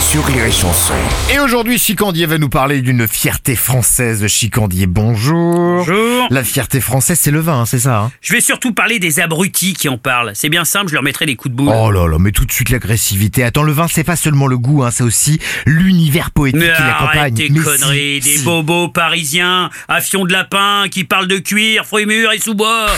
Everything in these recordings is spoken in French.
sur Rire et Chanson. Et aujourd'hui, Chicandier va nous parler d'une fierté française. Chicandier, bonjour. Bonjour. La fierté française, c'est le vin, hein, c'est ça hein Je vais surtout parler des abrutis qui en parlent. C'est bien simple, je leur mettrai des coups de boule. Oh là là, mais tout de suite l'agressivité. Attends, le vin, c'est pas seulement le goût, hein, c'est aussi l'univers poétique Mais qui l'accompagne. arrête tes Mais si, conneries, des si. bobos parisiens, affions de lapin, qui parlent de cuir, fruits mûrs et sous-bois.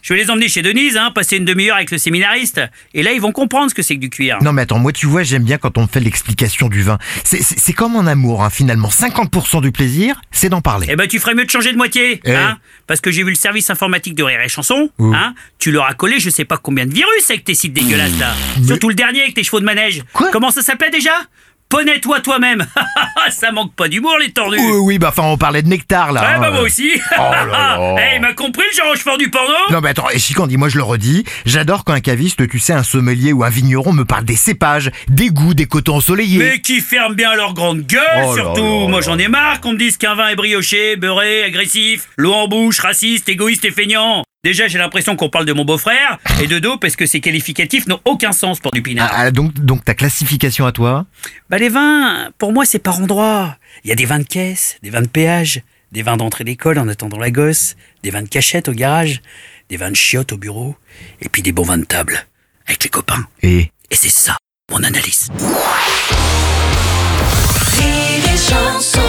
Je vais les emmener chez Denise, hein, passer une demi-heure avec le séminariste. Et là, ils vont comprendre ce que c'est que du cuir. Non mais attends, moi tu vois, j'aime bien quand on me fait l'explication du vin. C'est- C'est c'est comme en amour, hein, finalement. 50% du plaisir, c'est d'en parler. Eh ben, tu ferais mieux de changer de moitié, Eh. hein Parce que j'ai vu le service informatique de Rire et Chanson, hein Tu leur as collé je sais pas combien de virus avec tes sites dégueulasses, là. Surtout le dernier avec tes chevaux de manège. Mmh. Quoi Comment ça s'appelait déjà Poney-toi toi-même Ça manque pas d'humour, les tordus Oui, oui, bah enfin, on parlait de nectar là. Ah hein. ben, euh, bah moi aussi là là. Eh, il m'a compris le Jean Rochefort du porno Non mais attends, et Chicandier, moi je le redis, j'adore quand un caviste, tu sais, un sommelier ou un vigneron me parle des cépages, des goûts, des cotons ensoleillés. Mais qui ferment bien leur grande gueule, Oh là surtout là là Moi j'en ai marre qu'on me dise qu'un vin est brioché, beurré, agressif, l'eau en bouche, raciste, égoïste et feignant Déjà j'ai l'impression qu'on parle de mon beau-frère, et de dos parce que ces qualificatifs n'ont aucun sens pour du pinard. Ah, ah, donc, donc ta classification à toi Bah les vins, pour moi c'est par endroits. Il y a des vins de caisse, des vins de péage, des vins d'entrée d'école en attendant la gosse, des vins de cachette au garage, des vins de chiottes au bureau, et puis des bons vins de table, avec les copains. Et Et c'est ça, mon analyse. Rire et chanson.